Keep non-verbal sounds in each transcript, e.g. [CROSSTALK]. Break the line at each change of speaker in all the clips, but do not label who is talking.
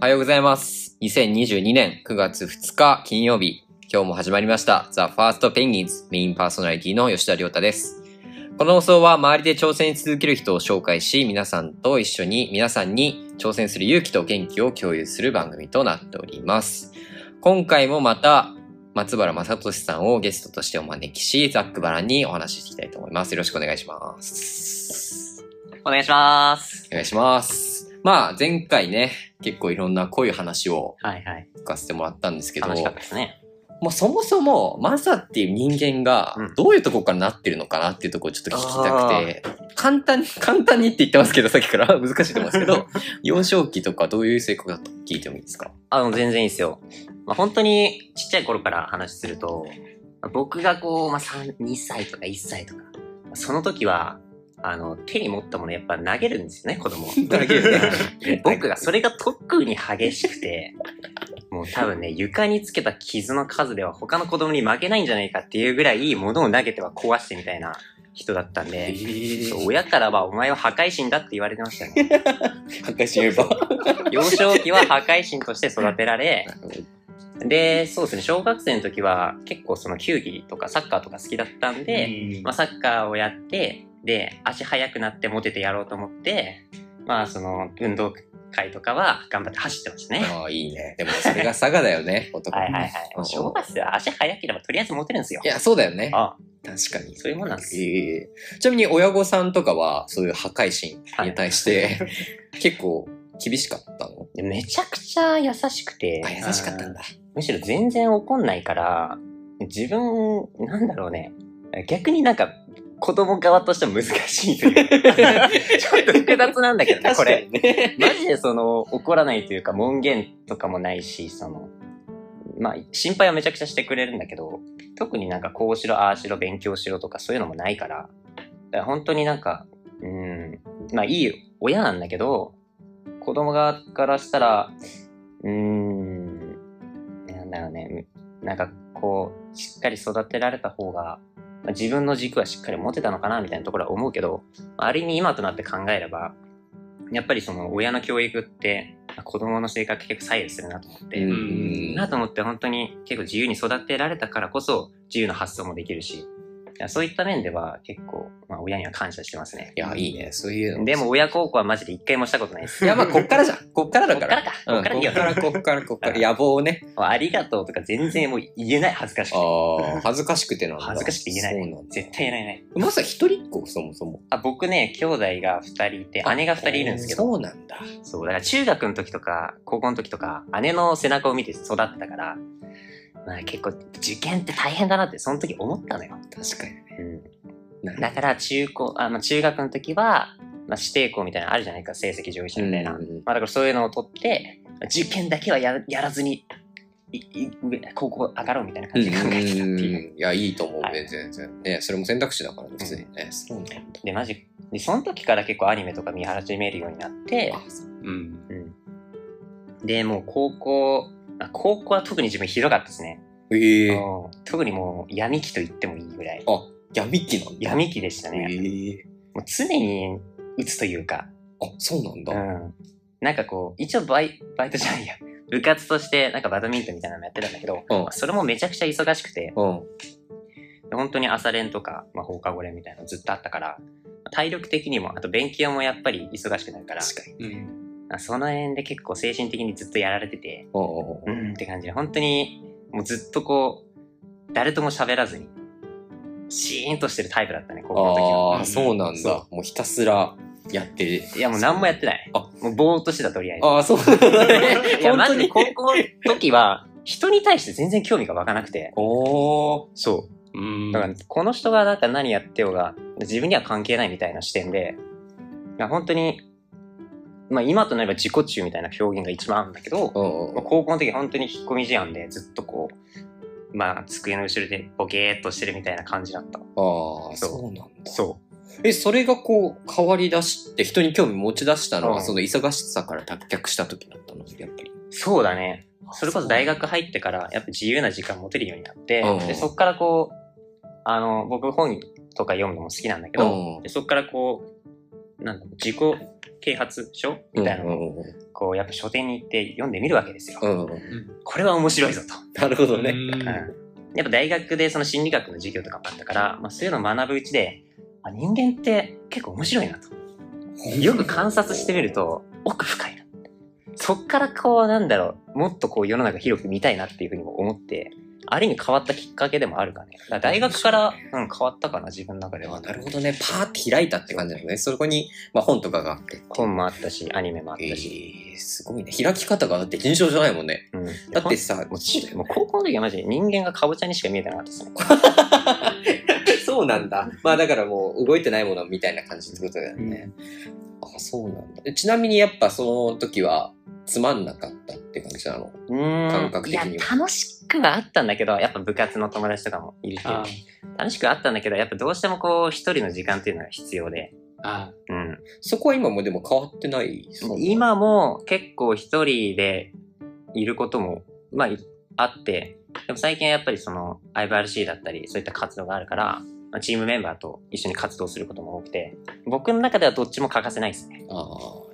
はようございます。2022年9月2日金曜日、今日も始まりました。The First Penguins メインパーソナリティの吉田亮太です。この放送は周りで挑戦し続ける人を紹介し、皆さんと一緒に皆さんに挑戦する勇気と元気を共有する番組となっております。今回もまた松原正俊さんをゲストとしてお招きし、ザックバランにお話ししていきたいと思います。よろしくお願いします。
お願いします。
お願いします。まあ、前回ね、結構いろんな濃い話を
はいはい。
聞かせてもらったんですけど、
楽しかったですね。
もうそもそも、マサっていう人間が
うん、
どういうとこからなってるのかなっていうところをちょっと聞きたくて、簡単に、 [LAUGHS] 簡単にって言ってますけど、さっきから [LAUGHS] 難しいと思いますけ
[LAUGHS]
ど、幼少期とかどういう性格だと聞いてもいいですか
あの、全然いいですよ。まあ、本当にちっちゃい頃から話すると、まあ僕がこう、まあ、3 2歳とか1歳とか、その時は、あの、手に持ったものやっぱ投げるんですよね、子 [LAUGHS] 供。
投げる [LAUGHS]
で [LAUGHS] 僕がそれが特に激しくて、もう多分ね、床につけた傷の数では他の子供に負けないんじゃないかっていうぐらい、物を投げては壊してみたいな人だったんで、そう親からはお前は破壊神だって言われてましたね。
破壊し言えば。
幼少期は破壊神として育てられ、で、そうですね、小学生の時は結構その球技とかサッカーとか好きだったんで、 [LAUGHS] まあサッカーをやって、で、足速くなってモテてやろうと思って、まあその運動会とかは頑張って走ってましたね。
ああ、いいね。でもそれが佐賀だよね、男。
[LAUGHS] はいはいはい
うん。
小学生は足速ければとりあえずモテるんですよ
い。や、そうだよね。
あ
確かに。
そういうもんなんです
ええちなみに親御さんとかは、そういう破壊神に対して、 [LAUGHS] 結構厳しかったの
でめちゃくちゃ優しくて
あ、、優しかったんだ。
むしろ全然怒んないから、自分、なんだろうね。逆になんか、子供側としても難しいという。ちょっと複雑なんだけどね、これ。
れ。
マジでその、怒らないというか、門限とかもないし、その、まあ、心配はめちゃくちゃしてくれるんだけど、特になんか、こうしろ、ああしろ、勉強しろとか、そういうのもないから、だから本当になんか、うん、まあ、いい親なんだけど、子供側からしたら、うーん、なんだろうね、なんかこう、しっかり育てられた方が、まあ自分の軸はしっかり持てたのかな、みたいなところは思うけど、まあある意味今となって考えれば、やっぱりその親の教育って、まあ子供の性格結構左右するなと思って、
うん
なと思って本当に結構自由に育てられたからこそ自由な発想もできるし、いやそういった面では結構、まあ親には感謝してますね。
いや、いいね。そういうの。
でも、親孝行はマジで一回もしたことないです。
いや、まあ、こっからじゃん。こっからだ
こ
か
っから
ら。
か。
う
こ
ん
っからいい
こ
よ
っ。から、こっから、こっ
[LAUGHS]
から。野望をね。
もうありがとうとか全然もう言えない、恥ずかしくて。
ああ、恥ずかしくてなんだ。
恥ずかしくて言えない
そうなんだ。
絶対言えないね。
まさ一人っ子、そもそも。
あ僕ね、兄弟が二人いて、姉が二人いるんですけど、
そうなんだ。
そう、だから中学の時とか、高校の時とか、姉の背中を見て育ったから、まあ結構、受験って大変だなって、その時思ったのよ。
確かに。
うん。
なる
だから中高、あの中学の時は、まあ、指定校みたいなのあるじゃないか、成績上位者みたいな。
うんうん
まあ、だからそういうのを取って、受験だけはややらずに、いい上高校上がろうみたいな
う
感
ん
じで考えてたっていう。
いや、いいと思う
は
ね、全然。ね、それも選択肢だからね、普通にね。そうなんだ。
で、マジ、でその時から結構アニメとか見始めるようになって、
あそう
うん。
うん、で、もう高校、あ高校は特に自分ひどかったですね。
ええ。
うん特にもう闇期と言ってもいいぐらい。
あ、闇期なんだ。
闇期でしたね。
ええ。
もう常に打つというか、
あ、そうなんだ。
うん。なんかこう、一応バイバイトじゃないや。部活として、なんかバドミントンみたいなのやってたんだけど、
うん
まあそれもめちゃくちゃ忙しくて、
うん。
本当に朝練とか、まあ、放課後練みたいなのずっとあったから、体力的にも、あと勉強もやっぱり忙しくなるから、
確かに。
うん。
あその辺で結構精神的にずっとやられてて、
うんうんう
うんんって感じで、本当にもうずっとこう、誰とも喋らずに、シーンとしてるタイプだったね、高校の時は。
ああ、そうなんだ
そ。
もうひたすらやって。
いや、もう何もやってない。
あ
もうぼーっとしてた、とりあえず。
ああ、そうなんだね。
[LAUGHS] い
[LAUGHS]
や、
本
マ
当
ジで
に。
高校の時は、人に対して全然興味が湧かなくて。
おー。
そ
うん。
う。だから、この人がなんか何やってようが、自分には関係ないみたいな視点で、まあ、本当に、まあ今となれば自己中みたいな表現が一番あるんだけど、
うんうん
まあ高校の時本当に引っ込み思案で、ずっとこう、まあ机の後ろでボケーっとしてるみたいな感じだった。
ああ、
そう
そうなんだ。
そ
え、それがこう、変わり出しって、人に興味持ち出したの
う
は、
ん
その忙しさから脱却した時だったの、やっぱり。
う。そうだね。それこそ大学入ってから、やっぱ自由な時間持てるようになって、
うん
でそこからこう、あの、僕本とか読むのも好きなんだけど、
うん
でそこからこう、なんだろう、自己啓発書みたいなのを、こう、やっぱ書店に行って読んでみるわけですよ。
うんうん。
これは面白いぞと。
なるほど
う
ね。
ん
うんやっぱ大学でその心理学の授業とかもあったから、まあ、そういうのを学ぶうちで、あ人間って結構面白いなと。よく観察してみると、奥深いな。そっからこう、なんだろう、もっとこう世の中広く見たいなっていうふうにも思って、ある意味変わったきっかけでもあるからね。だから大学から、うん、変わったかな、自分の中では。
あなるほどね。パーって開いたって感じなのね。そこに、まあ本とかがあって。
本もあったし、アニメもあっ
え
たし。
ー、すごいね。開き方がだって尋常じゃないもんね。
うん、
だってさ、
もうちもう高校の時はマジで人間がカボチャにしか見えてなかったですね。
[LAUGHS] そうなんだ。まあだからもう動いてないものみたいな感じってことだよね。あ、そうなんだ。えちなみにやっぱその時はつまんなかったって感じなの。
うーん
感覚的にはい
や楽しくはあったんだけどやっぱ部活の友達とかもいるし
あ
楽しくはあったんだけどやっぱどうしてもこう一人の時間っていうのが必要で、
あ
うん、
そこは今もでも変わってない。
今も結構一人でいることもまあいあってでも最近はやっぱりその IVRC だったりそういった活動があるからまあチームメンバーと一緒に活動することも多くて僕の中ではどっちも欠かせないですね、
ああ、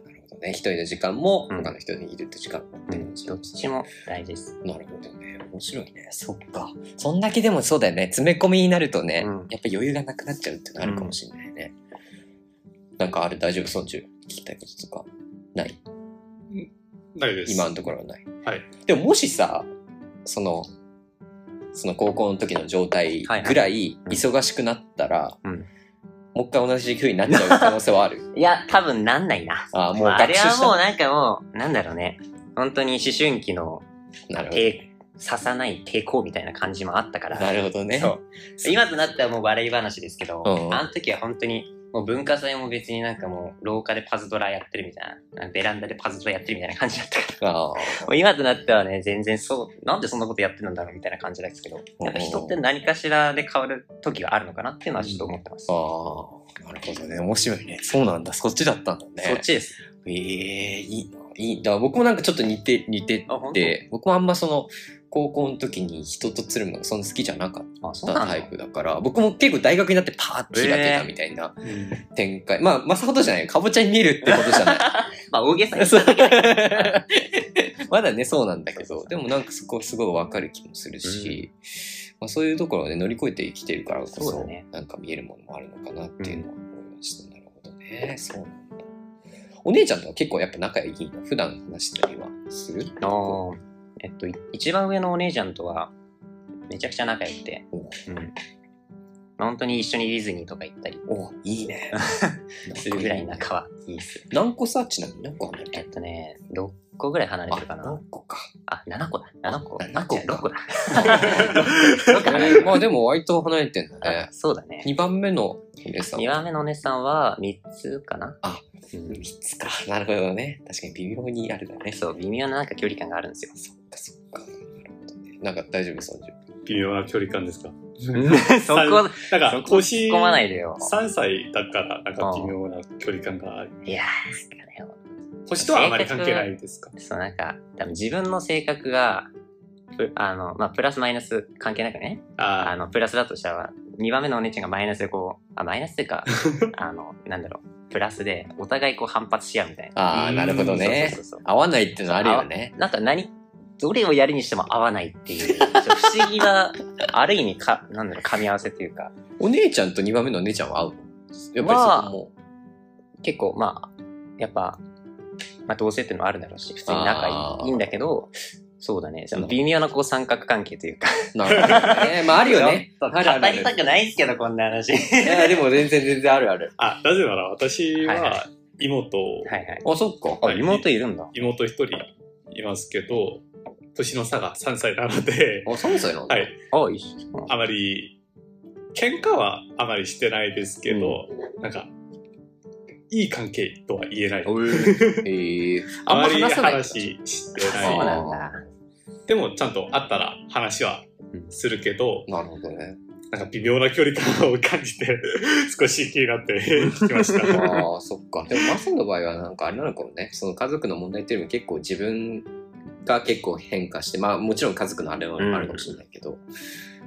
なるほどね。一人の時間も、
うん
他の人にいるって時間もって
う
感
ん、
じ
どっちも大事です
なるほどね。面白いね。そっか。そんだけでもそうだよね。詰め込みになるとね、
うん
やっぱ余裕がなくなっちゃうってのあるかもしれないね。なんかある大丈夫村中聞きたいこととかない
ないです。
今のところはない。
はい
でももしさ、その、その高校の時の状態ぐらい
うん
忙しくなったら、
うん
もう一回同じ風になっちゃう可能性はある。 [LAUGHS]
いや多分なんないな
ああ、もう
まあ、あ
学
れ
習
は
した。
もうなんかもう、なんだろうね。本当に思春期の
なるほ
抵、ささない抵抗みたいな感じもあったか
ど。
ら。
なるほどね。
そう今となってはもう笑い話ですけど、
うんうん
あの時は本当に、もう文化祭も別になんかもう廊下でパズドラやってるみたいな、ベランダでパズドラやってるみたいな感じだった
[LAUGHS]
か
ああ、
ら、もう今となってはね、全然そう、なんでそんなことやってるんだろうみたいな感じですけど、やっぱ人って何かしらで変わる時があるのかなっていうのはちょっと思ってます。
ああ、なるほどね。面白いね。そうなんだ。そっちだったんだね。
そっちです。
ええいいな。いい。だから僕もなんかちょっと似て、似て
あ、本
て、僕もあんまその、高校の時に人とつるむのがそんな好きじゃなかっ
当あ、そう
た
なんだ
タイ。プだから、僕も結構大学になってパーッて開けたみたいな展開。まあ、まさほどじゃないよ。かぼちゃに見えるってことじゃない。
まあ大げさに。
そう [LAUGHS] まだね、そうなんだけ
そう
ど
そうそ、う
でもなんかそこすごいわかる気もするし、まあ、そういうところをね、乗り越えて生きてるからこそ、
そうだね
なんか見えるものもあるのかなっていうのは思いました。なるほどね。そうなんだ。お姉ちゃんとは結構やっぱ仲いいの普段話したりはする
あーえっと、い一番上のお姉ちゃんとは、めちゃくちゃ仲良くて、
お
うん。本当に一緒にディズニーとか行ったり
おいい [LAUGHS] ね。
するぐらい仲はいいっす。
何個さ、ちなみに何個離れて
え
る
っとね、6個ぐらい離れてるかな
何。個か。
あ、7個だ。7個。
7個か
あ違う6個だ。
えーまあでも割と離れてん [LAUGHS] だ
あ
ね。
そうだね。
2番目のお姉さんは
2番目のお姉さんは3つかな。
あ
うん、
3つか。なるほどね。確かに微妙にあれだね。
そう、微妙ななんか距離感があるんですよ。
そっかそっか。なるほどね。なんか大丈夫そうじ
微妙な距離感で
[LAUGHS]
すか。
そこ、
なん
そ
か
こ突
腰、
っ込まないでよ。
3歳だから、なんか微妙な距離感がある。
いやー、なんかね、
腰とはあまり関係ないですか。
そうなんか多分自分の性格がプあの、まあ、プラスマイナス関係なくねあ
あ
のプラスだとしたら2番目のお姉ちゃんがマイナスでこうあマイナスとい
[LAUGHS]
うかあのなんだろうプラスでお互いこう反発し合うみたいな
ゃん。ああ、
うん
なるほどね
そう。そうそうそ
合わないっていうのあるよね。
うなんか何どれをやるにしても合わないっていうちょっと不思議なある意味か [LAUGHS] なんだろう噛み合わせというか
お姉ちゃんと2番目のお姉ちゃんは合うのやっぱりそこも。
結構まあやっぱ、まあ、同性っていうのもあるだろうし普通に仲い
あー
いいいんだけどそうだねその微妙なこう三角関係というか
なるほ [LAUGHS] どね。まああるよ
[LAUGHS]
ね。
語
あるあるある
りたくないっすけど、こんな話。 [LAUGHS] はい
いや、でも全然全然あるある。
あ、なぜなら私
はいは
は妹を、
はい。
あ、そっか。
あ、妹いるんだ。
妹一人いますけど、年の差が3歳なの
[LAUGHS]
で
あ、、3歳なんだ。
はい、
あ、一緒。
あまり、喧嘩はあまりしてないですけど、なんか、いい関係とは言えない。
ええ。
あま
あん
り
ま話さない
話して
そう
ない。
なんだ。
でも、ちゃんと会ったら話はするけど、
なるほどね。
なんか微妙な距離感を感じて、 [LAUGHS] 少し気になって聞きま [LAUGHS] した。
ああ、そっか。でも、マサの場合はなんかあれなのかもね。その家族の問題っていうよりも結構自分が結構変化して、まあもちろん家族のあれはあるかもしれないけど、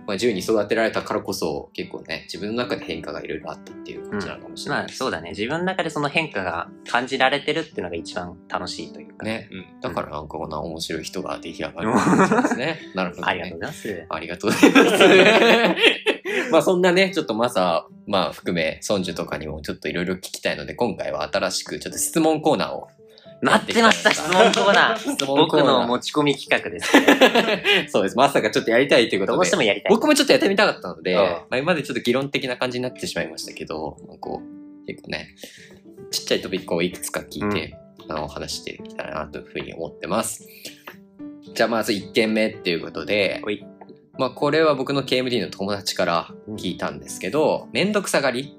まあ、自由に育てられたからこそ、結構ね、自分の中で変化がいろいろあったっていう感じなのかもしれない
まあ
です、
そうだね。自分の中でその変化が感じられてるっていうのが一番楽しいというか。
ね。
うん。
だからなんかこんな面白い人が出来上がる感じですね。なるほど、ね。
[LAUGHS] ありがとうございます。
ありがとうございます。 [LAUGHS] まあそんなね、ちょっとマサ、まあ含め、ソンジュとかにもちょっといろいろ聞きたいので、今回は新しくちょっと質問コーナーを。
待ってました、質問コーナー。
質問コ
[LAUGHS]
ー
僕
ナー。
の持ち込み企画ですね。
そうです。マサがちょっとやりたいということで。
どうしてもやりたい。
僕もちょっとやってみたかったので、
うん
まあ、今までちょっと議論的な感じになってしまいましたけど、まあこう結構ね、ちっちゃいトピックをいくつか聞いて、あの話していきたいなというふうに思ってます。じゃあまず1件目っていうことで
ほい、
まあ、これは僕の KMD の友達から聞いたんですけど、めんどくさがり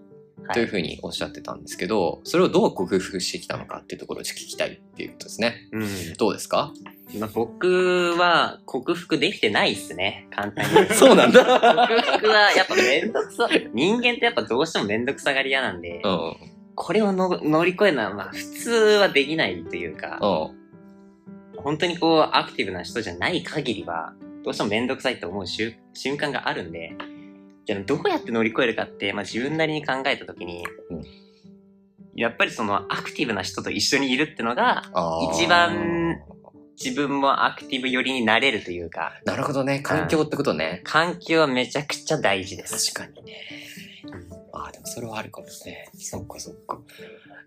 はい
というふうにおっしゃってたんですけど、それをどう克服してきたのかっていうところを聞きたいっていうことですね。
うん
どうです
[LAUGHS]
か
まあ、僕は克服できてないっすね。簡単 [LAUGHS] に。
そうなんだ。
克服はやっぱめんどくさ。人間ってやっぱどうしてもめんどくさがり屋なんで、
うん。
これをの乗り越えるのはまあ普通はできないというか、
うん。
本当にこうアクティブな人じゃない限りは、どうしてもめんどくさいと思う瞬瞬間があるんで、じゃあどうやって乗り越えるかって、まあ、自分なりに考えた時に、
うん
やっぱりそのアクティブな人と一緒にいるってのが、
あー
一番自分もアクティブ寄りになれるというか、
なるほどね。環境ってことね。
環境はめちゃくちゃ大事です。
確かにね。ああ、でもそれはあるかもね。そっかそっか。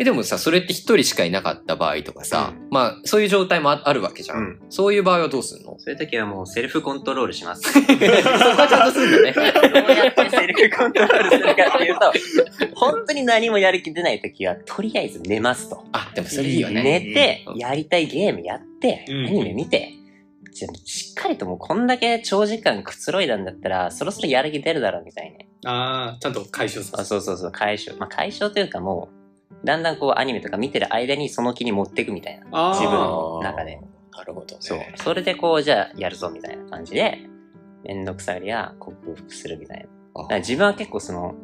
え、でもさ、それって一人しかいなかった場合とかさ、
う
まあ、そういう状態もああるわけじゃん,、
うん
そういう場合はどうす [LAUGHS] んの
そういう時はもうセルフコントロール
[LAUGHS]
します。
そ
[LAUGHS]
こはちゃんとするんだね。
どう
[LAUGHS]
やってセルフコントロールするかっていうと、本当に何もやる気出ない時は、とりあえず寝ますと。
あ、でもそれいいよね。
寝て
う、ん
やりたいゲームやって、
うん
アニメ見て、じゃあしっかりともうこんだけ長時間くつろいだんだったら、そろそろやる気出るだろうみたいな。
ああ、ちゃんと解消さ
あ
せ
そうそうそう、解消。まあ解消というかもう、だんだんこうアニメとか見てる間にその気に持っていくみたいな。
あー
自分の中で。
なるほどね。
そう。それでこう、じゃあやるぞみたいな感じで、めんどくさがりや克服するみたいな。
あ
だから自分は結構その、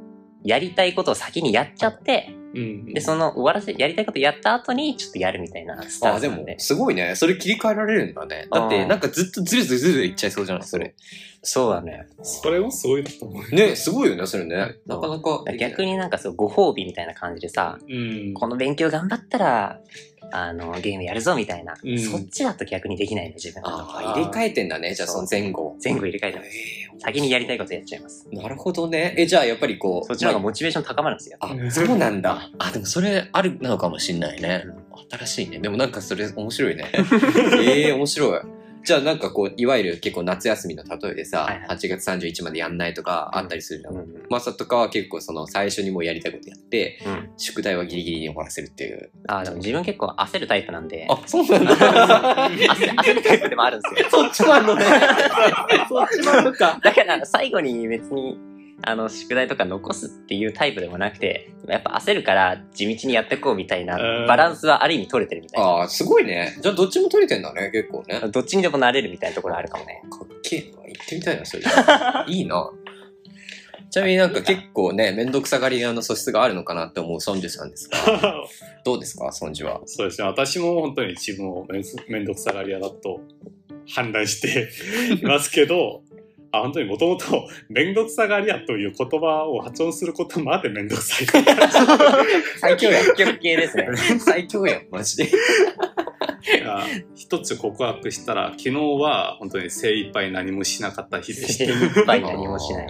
やりたいことを先にやっちゃって、
うん。
で、その終わらせ、やりたいことやった後に、ちょっとやるみたいなスタ
あ
ンス
で
なん
も
で。
すごいね。それ切り替えられるんだね。だっ
あ
て
ー
なんかずっとずるずるずるずるいっちゃいそうじゃないそれ。
そうだね。
それもすごいなと思う。
ね、すごいよね、それね。なかなか。
逆になんかそう、ご褒美みたいな感じでさ、
うん。 [LAUGHS]
この勉強頑張ったら、あの、ゲームやるぞみたいな。
うん
そっちだと逆にできないね、自分が。
ああ、入れ替えてんだね。じゃあその前後。
前後入れ替えてます。
えー
先にやりたいことやっちゃいます。
なるほどね。え、じゃあやっぱりこう。
そっちの方がモチベーション高まるんですよ。
あ、そうなん
[LAUGHS]
だ。あ、でもそれあるなのかもしんないね
う。
新しいね。でもなんかそれ面白いね。 [LAUGHS] ええ面白い。じゃあなんかこう、いわゆる結構夏休みの例えでさ、
はいはい
8月31までやんないとかあったりするじゃん。
うん
マサとかは結構その最初にもうやりたいことやって、
うん
宿題はギリギリに終わらせるっていう。
あでも自分結構焦るタイプなんで、
あ、そうなんだ。
焦焦るタイプでもあるんですよ。
そっちもあん
[LAUGHS]
のね。そっちもあんのか。
だから最後に別にあの宿題とか残すっていうタイプでもなくてやっぱ焦るから地道にやってこうみたいな
うん
バランスはある意味取れてるみた
[LAUGHS]
い
ああ、すごいね。じゃあどっちも取れてんだね、結構ね。
などっちにでもなれるみたいなところあるか
[LAUGHS]
もね
かっけえな。行ってみたいな、それ。 [LAUGHS] いいな。ちなみになんか結構ね、めんどくさがり屋の素質があるのかなって思うソンジュさんですが、どうですか、ソンジュは。
そうですね。私も本当に自分をめんめんどくさがり屋だと判断して [LAUGHS] いますけど、あ本当にもともと [LAUGHS] めんどくさがり屋という言葉を発音することまでめんどくさい。 [LAUGHS]
最強や
積極系ですね
ん。最強やん、マジで。
あ一つ告白したら、昨日は本当に精一杯何もしなかった日でした。 [LAUGHS]
いっぱい何もしない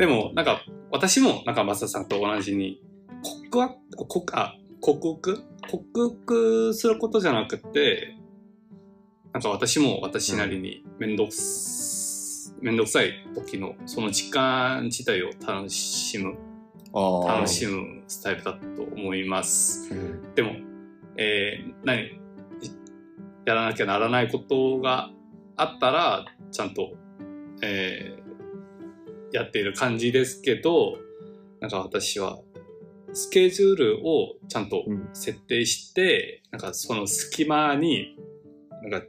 [LAUGHS] でも、なんか、私も、なんか、マサさんと同じに、告白、告あ克服克服することじゃなくて、なんか私も私なりに面倒くす、めんどくさい時の、その時間自体を楽しむ、
あー
楽しむスタイルだと思います。
うん
でも、えー何、いやらなきゃならないことがあったら、ちゃんと、えーやっている感じですけど、なんか私は、スケジュールをちゃんと
うん
設定して、なんかその隙間に、なんか、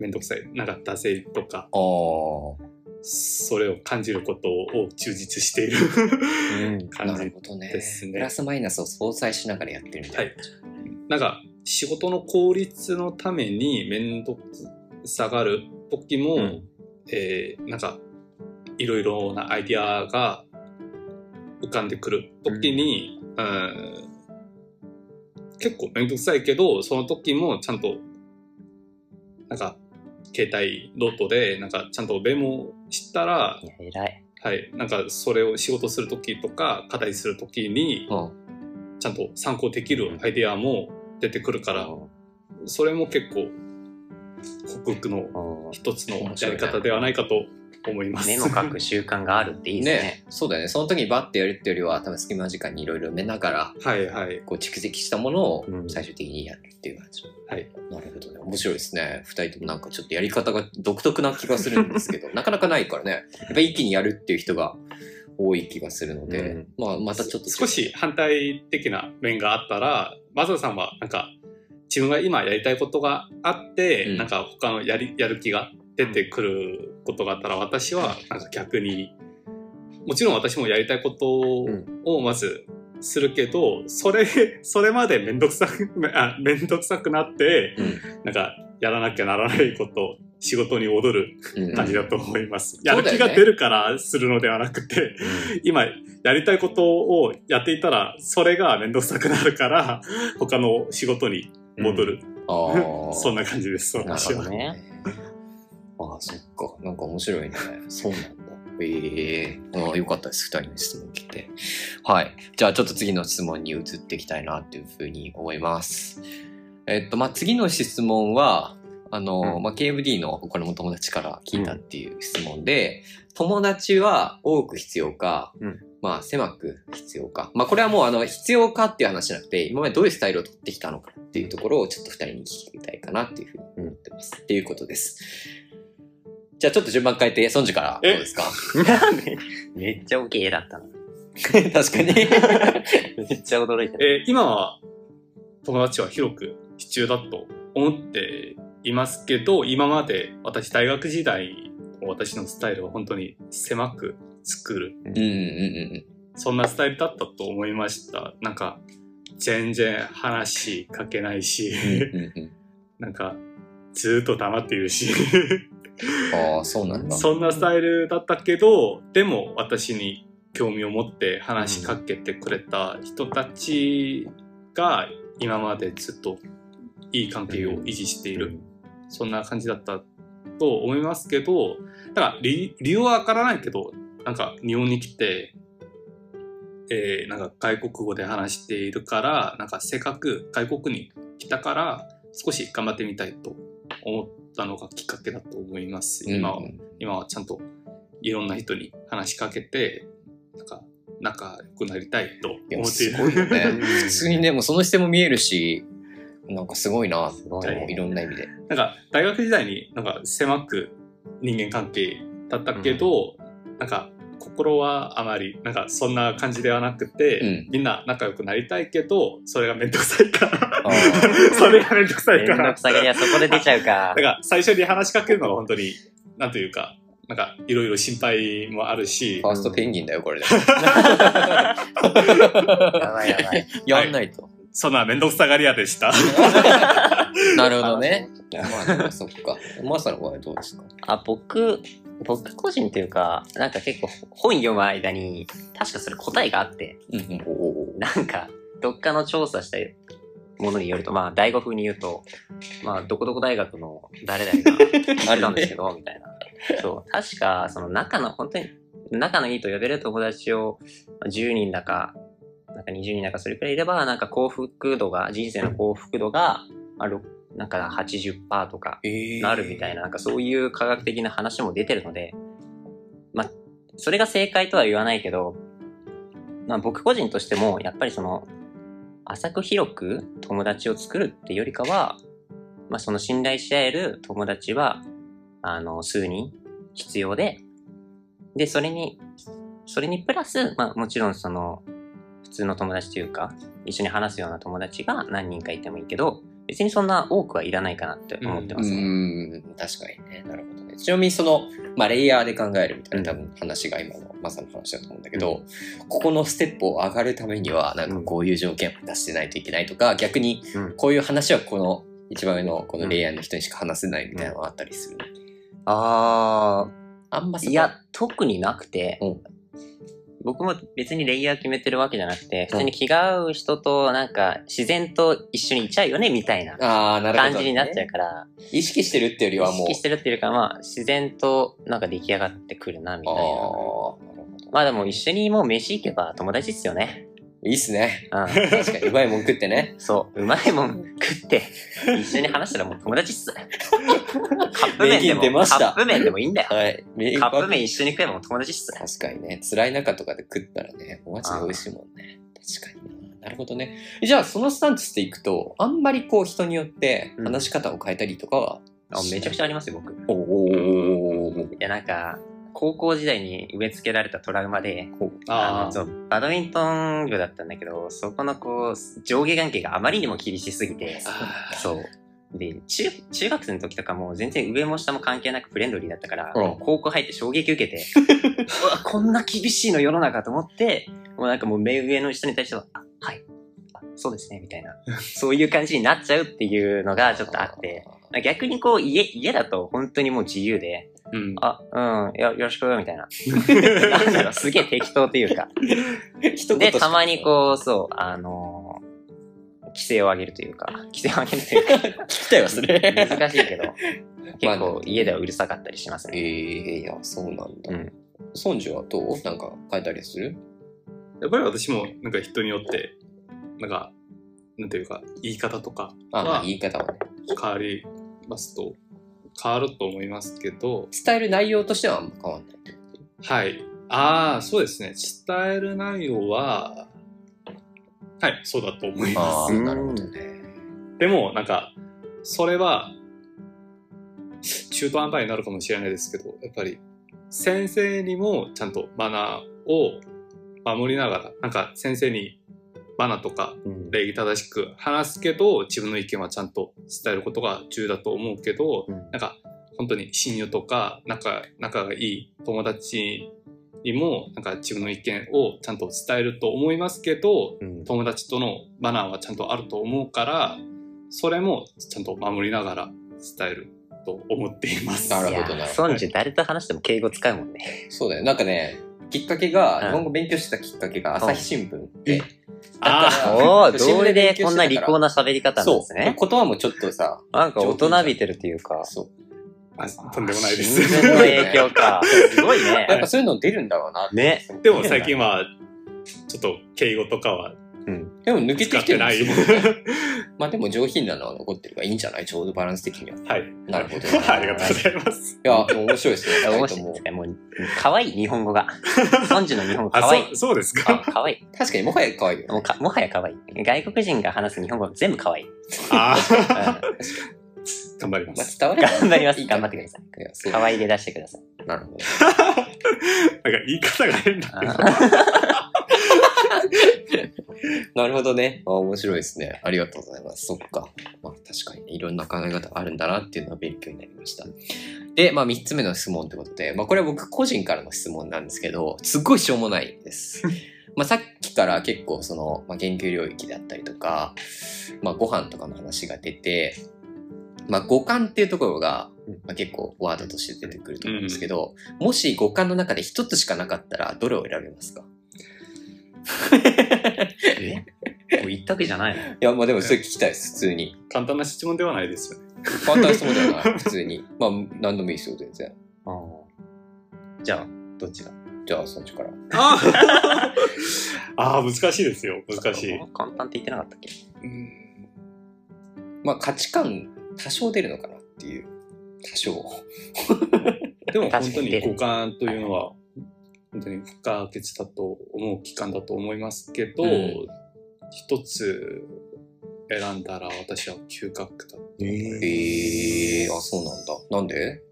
めんどくさい、なんか、惰性とか、
あー
それを感じることを充実している [LAUGHS]
うん
感
な
じ
るほどね
ですね
プラスマイナスを相殺しながらやってるみたいな。
なんか仕事の効率のために面倒くさがる時も、
うん
えーなんかいろいろなアイディアが浮かんでくる時に、うん結構面倒くさいけどその時もちゃんとなんか携帯ノートでなんかちゃんとメモしたら
いや、偉い。
はい、なんかそれを仕事する時とか課題する時に
うん。
ちゃんと参考できるアイデアも出てくるから
うん
それも結構克服の
うん
一つのやり方ではないかと思います。
メモ書く習慣があるっていいですね。
ねそうだよね。その時にバッてやるってよりは、多分隙間時間にいろいろ埋めながら、
はいはい。
こう蓄積したものを
うん
最終的にやるっていう感じ。
はい。
なるほどね。面白いですね。二人ともなんかちょっとやり方が独特な気がするん
[LAUGHS]
ですけど、なかなかないからね。やっぱ一気にやるっていう人が多い気がするので、
うん
まあまたちょっと
少し反対的な面があったら、マザーさんはなんか自分が今やりたいことがあって、
うん
なんか他のやりやる気が出てくることがあったら、私はなんか逆に、もちろん私もやりたいことをまずするけど、それ、それまでめんどくさく、 [LAUGHS] あめんどくさくなって、
うん
なんかやらなきゃならないこと、仕事に戻る
うん
感じだと思います。
だ
や
よね
る気が出るからするのではなくて、今やりたいことをやっていたら、それが面倒くさくなるから、他の仕事に戻る。
あー
[LAUGHS] そんな感じです、
なる
私
ほ
は。
どね。ああ、そっか。なんか面白いね。そうなんだ。ええああ、よかったです。二人の質問来て。はい。じゃあ、ちょっと次の質問に移っていきたいな、というふうに思います。えっと、まあ、次の質問は、あの、
うん
まあ、KFD の他の友達から聞いたっていう質問で、友達は多く必要か、
うん
まあ、狭く必要か。まあ、これはもう、あの、必要かっていう話じゃなくて、今までどういうスタイルを取ってきたのかっていうところをちょっと二人に聞きたいかなっていうふうに思ってます。っていうことです。じゃあ、ちょっと順番変えて、ソンジからどうですか
[LAUGHS] めっちゃ OK だったな。
確かに。
[LAUGHS] めっちゃ驚いた。
えー今は友達は広く必要だと思っていますけど、今まで私大学時代、私のスタイルは本当に狭く作る。
うんうんうん
そんなスタイルだったと思いました。なんか、全然話しかけないし、
うんうんうん
なんか、ずーっと黙っているし、
うん。ああ、そうなんだ。
そんなスタイルだったけど、でも私に興味を持って話しかけてくれた人たちが、今までずっといい関係を維持している。そんな感じだったと思いますけど、だから理理由はわからないけど、なんか日本に来て、えーなんか外国語で話しているから、なんかせっかく外国に来たから、少し頑張ってみたいと思ったのがきっかけだと思います。今は、
うんうん
今はちゃんといろんな人に話しかけて、なんか仲良くなりたいと
いや
思ってい
す
る。
ごいよ
[LAUGHS]
ね。
普
普通にね、もうその視点も見えるし、なんかすごいなって
すごい
思
ね
う、いろんな意味で。
なんか大学時代になんか狭く人間関係だったけど、なんか心はあまりなんかそんな感じではなくて、
うん
みんな仲良くなりたいけどそれが面倒くさいから [LAUGHS]
あー
それが面倒くさ
め
い
ん
か
ど
ら
くさがりはそこで出ちゃうか
だか。ら最初に話しかけるのが本当になんというかなんかいろいろ心配もあるし
ファーストペンギンだよ、これで。
やばいやばい。
やんないと。
そんな面倒くさがり屋でした
なるほどね。
[LAUGHS] あ
まあでも、そっか。マサの場合どうですか
あ、僕、僕個人というか、なんか結構本読む間に、確かそれ答えがあって、
うんうん。おお
なんか、どっかの調査したものによると、まあ、大悟風に言うと、まあ、どこどこ大学の誰々が言ってたんですけど、みたいな。そう。確か、その仲の、本当に、仲のいいと呼べる友達をまあ10人だか、なんか20人だかそれくらいいれば、なんか幸福度が、人生の幸福度が、まあ、ろなんか80%とか、なるみたい
な。
な、なんかそういう科学的な話も出てるので、まあ、それが正解とは言わないけど、まあ僕個人としても、やっぱりその、浅く広く友達を作るってよりかは、まあその信頼し合える友達は、あの、数人必要で、で、それに、それにプラス、まあもちろんその、普通の友達というか、一緒に話すような友達が何人かいてもいいけど、別にそんな多くはいらないかなって思って
う
ますね。
ん、確かにね。なるほどね。ちなみにその、まあレイヤーで考えるみたいな多
うん
分話が今のマサの話だと思うんだけど、ここのステップを上がるためには、なんかこういう条件を出してないといけないとか、逆に
うん
こういう話はこの一番上のこのレイヤーの人にしか話せないみたいなのがあったりする。
ああ、
あんまそこ
いや、特になくて、
うん
僕も別にレイヤー決めてるわけじゃなくて、普通に気が合う人と、なんか、自然と一緒にいちゃうよね、みたいな
ああ、なるほど、
感じになっちゃうから、
意識してるっていうより
意
はもう。
識してるっていうか、まあ、自然となんか出来上がってくるな、み
ああ
たいな。
ー、なるほど。
まあでも一緒にもう飯行けば友達っすよ
[LAUGHS]
ね。
いいっすね。
う
確かに、うまいもん食ってね。
ん。そう。うまいもん食って、一緒に話したらもう友達
[LAUGHS]
っす。カップ麺で
名言出
も、
まし
カ
た
ップ麺でもいいんだよ。
[LAUGHS] はい。メイク
カ
アップ
ップ麺一緒に食えばもう友達っす。
確かにね、辛い中とかで食ったらね、マジで美味しいもんね。確かにな。なるほどね。じゃあ、そのスタンスでいくと、あんまりこう人によって
うん
話し方を変えたりとかは、
あめちゃくちゃありますよ、僕。
おお
いや、なんか、高校時代に植え付けられたトラウマで、あ
あ
のそうバドミントン部だったんだけど、そこのこう、上下関係があまりにも厳しすぎて、
あ
そう。で、中、中学生の時とかもう全然上も下も関係なくフレンドリーだったから、
うん
高校入って衝撃受けて、うわ、こんな厳しいの世の中と思って、もうなんかもう目上の人に対しては、あ、はい、あそうですね、みたいな、そういう感じになっちゃうっていうのがちょっとあ
[LAUGHS]
って、。逆にこう家、家だと本当にもう自由で、
ー [LAUGHS] うん。
あ、うん、いや、よろしく、みたい
[LAUGHS]
な。なんだろう、すげえ適当というか。
一言
で、たまにこう、そう、あのー、規制を上げる
[LAUGHS]
というか、規制を上げるという
う、
か、
聞きたいわ、それ。
[LAUGHS] 難しいけど、
まあ
結構家ではうるさかったりします
え
ね。
えいや、そうなんだ。
うん
ソンジュはどうなんか変えたりする
やっぱり私も、なんか人によって、なんか、なんていうか、言い方とか
あ、まあ、
あ
言い方はね。
変わりますと、変わると思いますけど、
伝える内容としてはあんま変わんない。
はい。ああ、そうですね。伝える内容は、はい、そうだと思い
あ
ます。
あ、なるほどね。
でも、なんか、それは、中途半端になるかもしれないですけど、やっぱり、先生にもちゃんとマナーを守りながら、なんか先生にマナーとか
うん
礼儀正しく話すけど、自分の意見はちゃんと伝えることが重要だと思うけど、
うん
なんか本当に親友とか仲仲がいい友達にもなんか自分の意見をちゃんと伝えると思いますけど
うん
友達とのマナーはちゃんとあると思うからそれもちゃんと守りながら伝えると思っています。
なるほどな
いや
るほど
ソンジュ誰と話しても敬語使うも
[LAUGHS]
んね。
そうだよ。なんかね、きっかけ
うん
が、日本語勉強してたきっかけが朝日新聞で。
あ
だから [LAUGHS]
[LAUGHS] おお、
新
同
聞
意で
勉強
こ
し
ん
てたから
な利口な喋り方なんですね。
そう。言葉もちょっとさ、
なんか大人びてるというか、
そう。
あとんでもないで
新聞の
す。
影響か。すごい
やっ [LAUGHS]
ね。
ぱそういうの出るんだろうなって。
ね。
でも最近はちょっと敬語とかは
うん。
でも抜けて
使っ
きてる
て
ん
な
で
い。
すよ。
は
[LAUGHS] まあでも上品なのは残ってるからいいんじゃないちょうどバランス的
[LAUGHS]
には。
い。
なるほど
ありがとうございます。
いや、もう面白いですね。
面
二人と
白い
も
ですね。もう、可愛い日本語
[LAUGHS]
が。ソンジュの日本語
あ、
可愛い
そ。うそうです
あ
か。
可愛い。
確かにもはや可愛いよ
もう
ね。
か、もはや可愛い。外国人が話す日本語は全部
[LAUGHS]
可愛い。うん
あー
頑
頑張りま
まあ
す。
伝われば
張ります。
いいかな
頑張ってください。
いやそう
可愛いで出してください。
なるほど。
なんか言い方が変だけど。
なるほどね。あ面白いですね。ありがとうございます。そっか。まあ確かにね、いろんな考え方あるんだなっていうのは勉強になりました。で、まあ3つ目の質問ってことで、まあこれは僕個人からの質問なんですけど、すっごいしょうもない [LAUGHS] です。まあさっきから結構その、まあ、研究領域だったりとか、まあご飯とかの話が出て、まあ五感っていうところが、まあ、結構ワードとして出てくると思うんですけど、もし五感の中で一つしかなかったらどれを選びますか
もう一択じゃないの
いや、まあでもそれ聞きたいです、普通に。簡
簡単な質問ではないですよね。
単な質問じ
[LAUGHS]
ゃない、普通に。まあ、何でもいいですよ、全然。
うんじゃあ、どっちが
じゃあ、そっちから。
あ [LAUGHS] あー、難しいですよ。難しい。
簡単って言ってなかったっけ
まあ、価値観、多少出るのかなっていう。多少。
で
確
も本
か
当
に出
に
る
五感というのは、本当に不可欠だと思う期間だと思いますけど、
うん
一つ選んだら私は嗅覚だと思います。
えー、あ、そうなんだ。なんで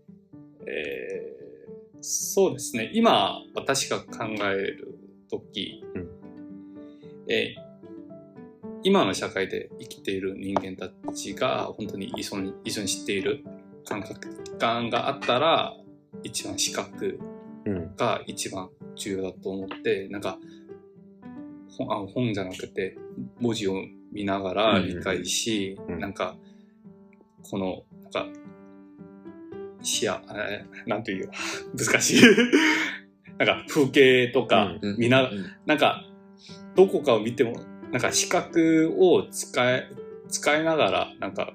えーそうですね今私が考える時、
うん
えー今の社会で生きている人間たちが本当に依存依存している感覚感があったら一番視覚
うん。
が一番重要だと思ってなんか本あ本じゃなくて文字を見ながら理解し、
うんうんうん
なんかこのなんか視野、えーなんていうよ [LAUGHS] 難しい。なんか風景とか、
うん
うん
見な
うん
なんか、どこかを見ても、なんか視覚を使え、使いながら、なんか、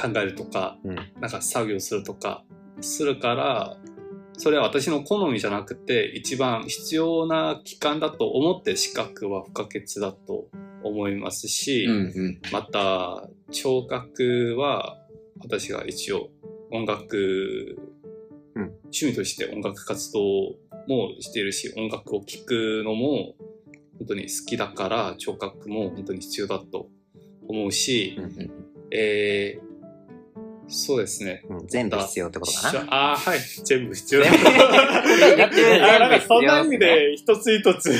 考えるとか、
うん
なんか作業するとか、するから、それは私の好みじゃなくて、一番必要な期間だと思って視覚は不可欠だと思いますし、
うんうん
また聴覚は私が一応音楽、
うん
趣味として音楽活動もしているし音楽を聴くのも本当に好きだから聴覚も本当に必要だと思うし、
うん
うん
えーそうですね
うん全部必要ってことかな。
ああーはい全部必要
[LAUGHS]
だ
全部
だ
全部
って
必要
なんかそんな意味で一つ一つ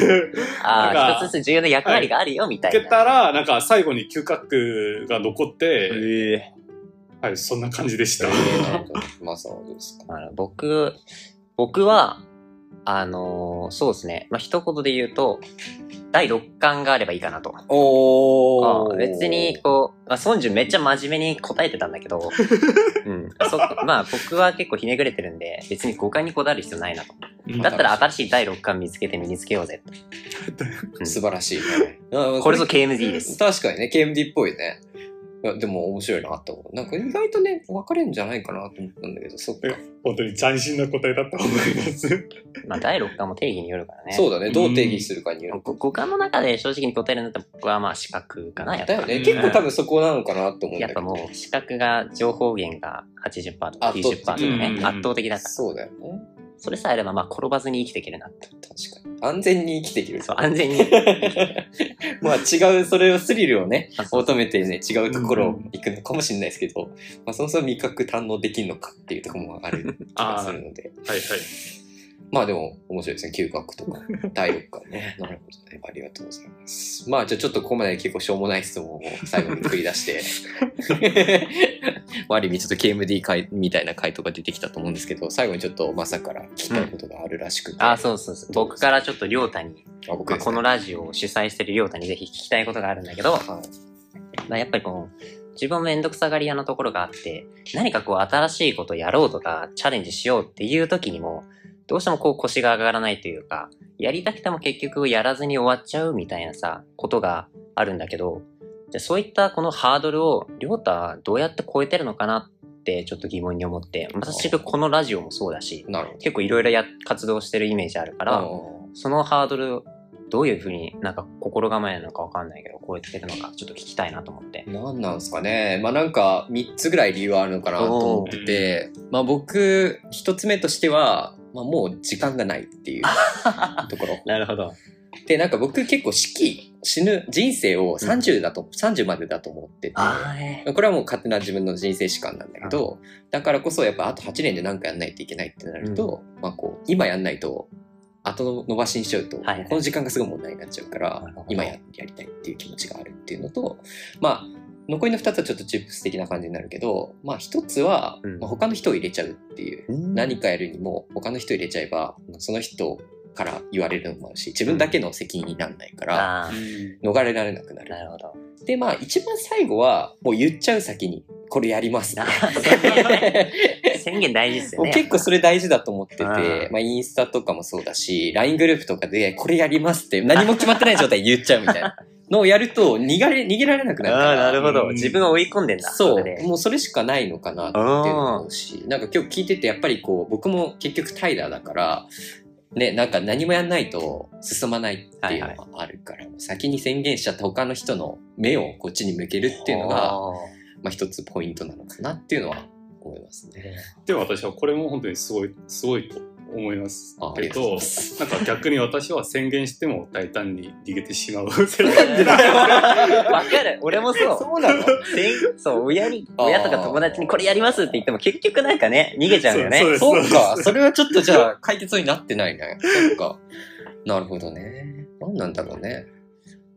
ああ、
なんか
一つずつ重要な役割があるよ、みた
受
い
けた
な。
らなんか最後に嗅覚が残って、
ええ
はい、そんな感じでした。
マサはどうですか
あの僕、僕は、あのーそうですね。まあ、一言で言うと、第6巻があればいいかなと。
お
あ別に、こう、まあ、ソンジュめっちゃ真面目に答えてたんだけ
[LAUGHS]
ど、うん。そっかまあ、僕は結構ひねくれてるんで、別に5巻にこだわる必要ないなと。だったら新しい第6巻見つけて身につけようぜと。
素晴らしいね。あ
これぞ KMD です。
確かにね、KMD っぽいね。いやでも面白いなと思う。なんか意外とね、分かれるんじゃないかなと思ったんだけど、そっか。
本当に斬新な答えだと思います。
まあ、第6巻も定義によるからね。
そうだね、どう定義するかによる。
5巻の中で正直に答えるんだったら僕はまあ視覚かな、やっ
だ
ぱ。
よね、
うん
結構多分そこなのかなと思うんだ
やっ
け
ぱ
ど。
もう視覚が情報源が80%とか
圧倒的
90%とかね
うん
圧倒的だから
そうだよね。
それさえあればまあ転ばずに生きていけるなって
確かに。安全に生きていける。
そう安全に
まあ違う、それをスリルをね、
あそう
求めてね、違うところを行くのかもしれないですけど、まあそもそも味覚堪能できるのかっていうところもある気がするので。
はいはい。
まあでも面白いですね。嗅覚と
[LAUGHS]
か、体力かね。なるほどね。ありがとうございます。まあじゃあちょっとここまで結構しょうもない質問を最後に繰り出
[LAUGHS]
して、まあある意味ちょっと KMD 回みたいな回答が出てきたと思うんですけど、最後にちょっとまさから聞きたいことがあるらしくて。
あそうそうそう僕からちょっと亮太に、
あ僕
まあ、
です
こ
ね
のラジオを主催してる亮太にぜひ聞きたいことがあるんだけど、
はい
まあ、やっぱりこう自分も面倒くさがり屋のところがあって何かこう新しいことやろうとかチャレンジしようっていう時にもどうしてもこう腰が上がらないというかやりたくても結局やらずに終わっちゃうみたいなさことがあるんだけどじゃあそういったこのハードルを亮太はどうやって超えてるのかなってちょっと疑問に思って私がこのラジオもそうだし
なるほど。
結構いろいろや活動してるイメージあるから、そのハードルをどういうふうになんか心構えなのかわかんないけど超えてるのかちょっと聞きたいなと思って。
何なんですかねまあなんか3つぐらい理由はあるのかなと思ってて、まあ僕1つ目としては、まあ、もう時間がないっていうと
[LAUGHS]
ころ
なるほど。
でなんか僕結構死期死ぬ人生を30だと、30までだと思ってて
あー
これはもう勝手な自分の人生史観なんだけど、だからこそやっぱあと8年で何かやんないといけないってなると、まあこう今やんないと後伸ばしにしちゃうと、
はいはい
この時間がすごい問題になっちゃうから
なるほど
今ややりたいっていう気持ちがあるっていうのとまあ残りの2つはちょっとチップス的な感じになるけどまあ1つは、
うん
まあ他の人を入れちゃうっていう何かやるにも他の人入れちゃえばその人から言われるのもあるし自分だけの責任にならないから
あ
逃れられなくな
ー
る。
なるほど。
でまあ一番最後はもう言っちゃう先にこれやります
な
ね。
[LAUGHS] 宣言大事ですよ
もう
ね。
結構それ大事だと思ってて、
うん
まあ、インスタとかもそうだし LINE グループとかでこれやりますって何も決まってない状態で言っちゃうみたい [LAUGHS] なのをやると逃がれ逃げられなくなるから
うん
自分を追い込んでんだ。
そ
れ
う
で
もうそれしかないのかなっていうのも思うしなんか今日聞いててやっぱりこう僕も結局タイラーだからねなんか何もやんないと進まないっていうのがあるから、先に宣言しちゃった他の人の目をこっちに向けるっていうのが、
おー
まあ、一つポイントなのかなっていうのは思いますね。
でも私はこれも本当にすごい、すごいと思います
ああり
け
がとうござい
ど
ま、す。
なんか逆に私は宣言しても大胆に逃げてしまう。
わかる。俺
[LAUGHS]
もそう。
うなの
宣そう、親に、
あー
親とか友達にこれやりますって言っても結局なんかね、逃げちゃうんだよ
そ
[LAUGHS]
う
そ
ね。
うか、それはちょっとじゃあ解決になってないね。そっか。なるほどね。何なんだろうね。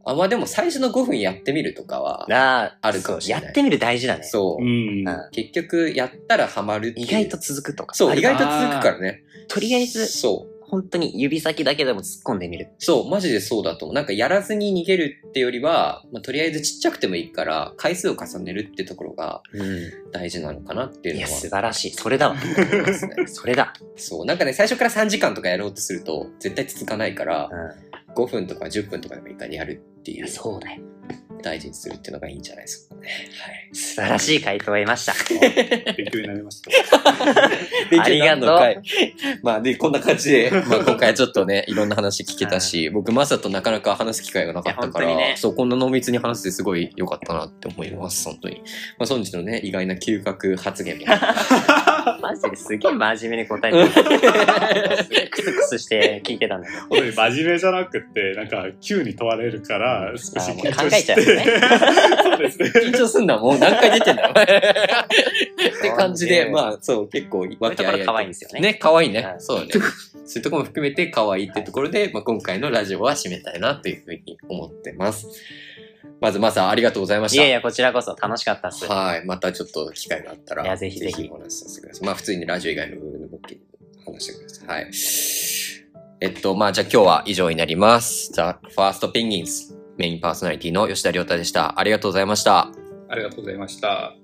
あ、まあでも最初の5分やってみるとかは、
な
あるかもしれない
やってみる大事だ
[LAUGHS]
ね。
そうう。
ん。
うん
結局やったらハマるっていう
意外と続くとか。
そう、
あ
意
るか
外
ら
と続くからね。
とりあえず、
そう。
本当に指先だけでも突っ込んでみる。
そう、マジでそうだと思う。なんかやらずに逃げるってよりは、まあ、とりあえずちっちゃくてもいいから、回数を重ねるってところが
うん。
大事なのかなっていう
い
の
や、
は
素晴らしい。それだわ。
思いますね。
それだ。
そう、なんかね、最初から3時間とかやろうとすると、絶対続かないから、
う
5分とか10分とかでもいいからやるって
ん。
い
い
う
や、、そうだよ。
大事にするっていうのがいいんじゃないですかね。はい。
素晴らしい回答を得ま [LAUGHS] した。
勉強になりました。
ありがとう
勉強になるのかい。まあで、こんな感じで、まあ今回はちょっとね、いろんな話聞けたし、僕、マサとなかなか話す機会がなかったか
いや
ら、
本当にね
そう、こんな濃密に話してすごい良かったなって思います、本当に。まあ、ソンジのね、意外な嗅覚発言も。
マジですげえ真面目に答えてる。すげ [LAUGHS] えクスクスして聞いてたんだけど。
本当に真面目じゃなくて、なんか、急に問われるから、少し緊張して。
あもう考えちゃう [LAUGHS] よね
そうですね。
緊張すんな、もう何回出てん
[LAUGHS]
だよ。って感じで、まあそう、結構、
こう
わ
いう
け
とこ
あ
ろ
い
可
あ
愛い
い
ん
と。
ですよね。
ね、可愛いね
は。い
そうだね。そういうところも含めて可愛いってところで、まあ今回のラジオは締めたいなというふうに思ってます。まず、マサ、ありがとうございまし
い
た。
やいや、こちらこそ楽しかったっす。
はい。またちょっと機会があったら、
いやぜひぜひ
お話しさせてください。まあ、普通にラジオ以外の部分でも話してください。はい。えっと、まあ、じゃあ今日は以上になります。ザ・ファースト・ペンギンズメインパーソナリティの吉田亮太でした。ありがとうございました。
ありがとうございました。